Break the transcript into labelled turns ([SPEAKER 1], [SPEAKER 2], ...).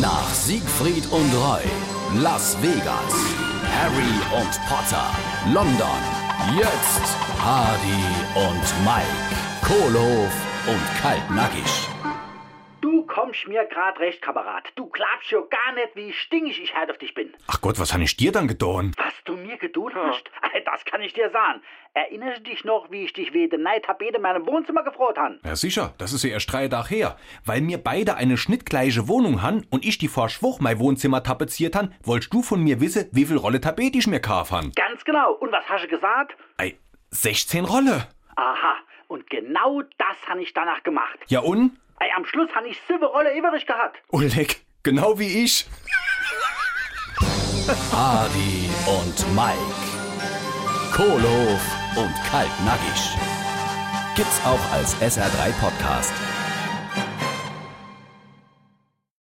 [SPEAKER 1] Nach Siegfried und Roy, Las Vegas, Harry und Potter, London, jetzt Hardy und Mike, Kohlehof und Kaltnackig.
[SPEAKER 2] Du kommst mir grad recht, Kamerad. Du glaubst ja gar nicht, wie stinkig ich halt auf dich bin.
[SPEAKER 3] Ach Gott, was habe ich dir dann getan?
[SPEAKER 2] Was du mir getan hast, das kann ich dir sagen. Erinnerst du dich noch, wie ich dich wegen dem Neidtapete in meinem Wohnzimmer gefroht han?
[SPEAKER 3] Ja sicher, das ist ja erst drei Tage her. Weil mir beide eine schnittgleiche Wohnung han und ich die vor Schwuch mein Wohnzimmer tapeziert han, wolltest du von mir wissen, wie viel Rolle Tapet ich mir kauf han?
[SPEAKER 2] Ganz genau. Und was hast du gesagt?
[SPEAKER 3] Ei, 16 Rolle.
[SPEAKER 2] Aha. Und genau das han ich danach gemacht.
[SPEAKER 3] Ja und?
[SPEAKER 2] Ey, am Schluss han ich sieben Rolle übrig gehabt.
[SPEAKER 3] Oleg, genau wie ich.
[SPEAKER 1] Hardy und Mike, Kohlehof und Kaltnackig. Gibt's auch als SR3 Podcast.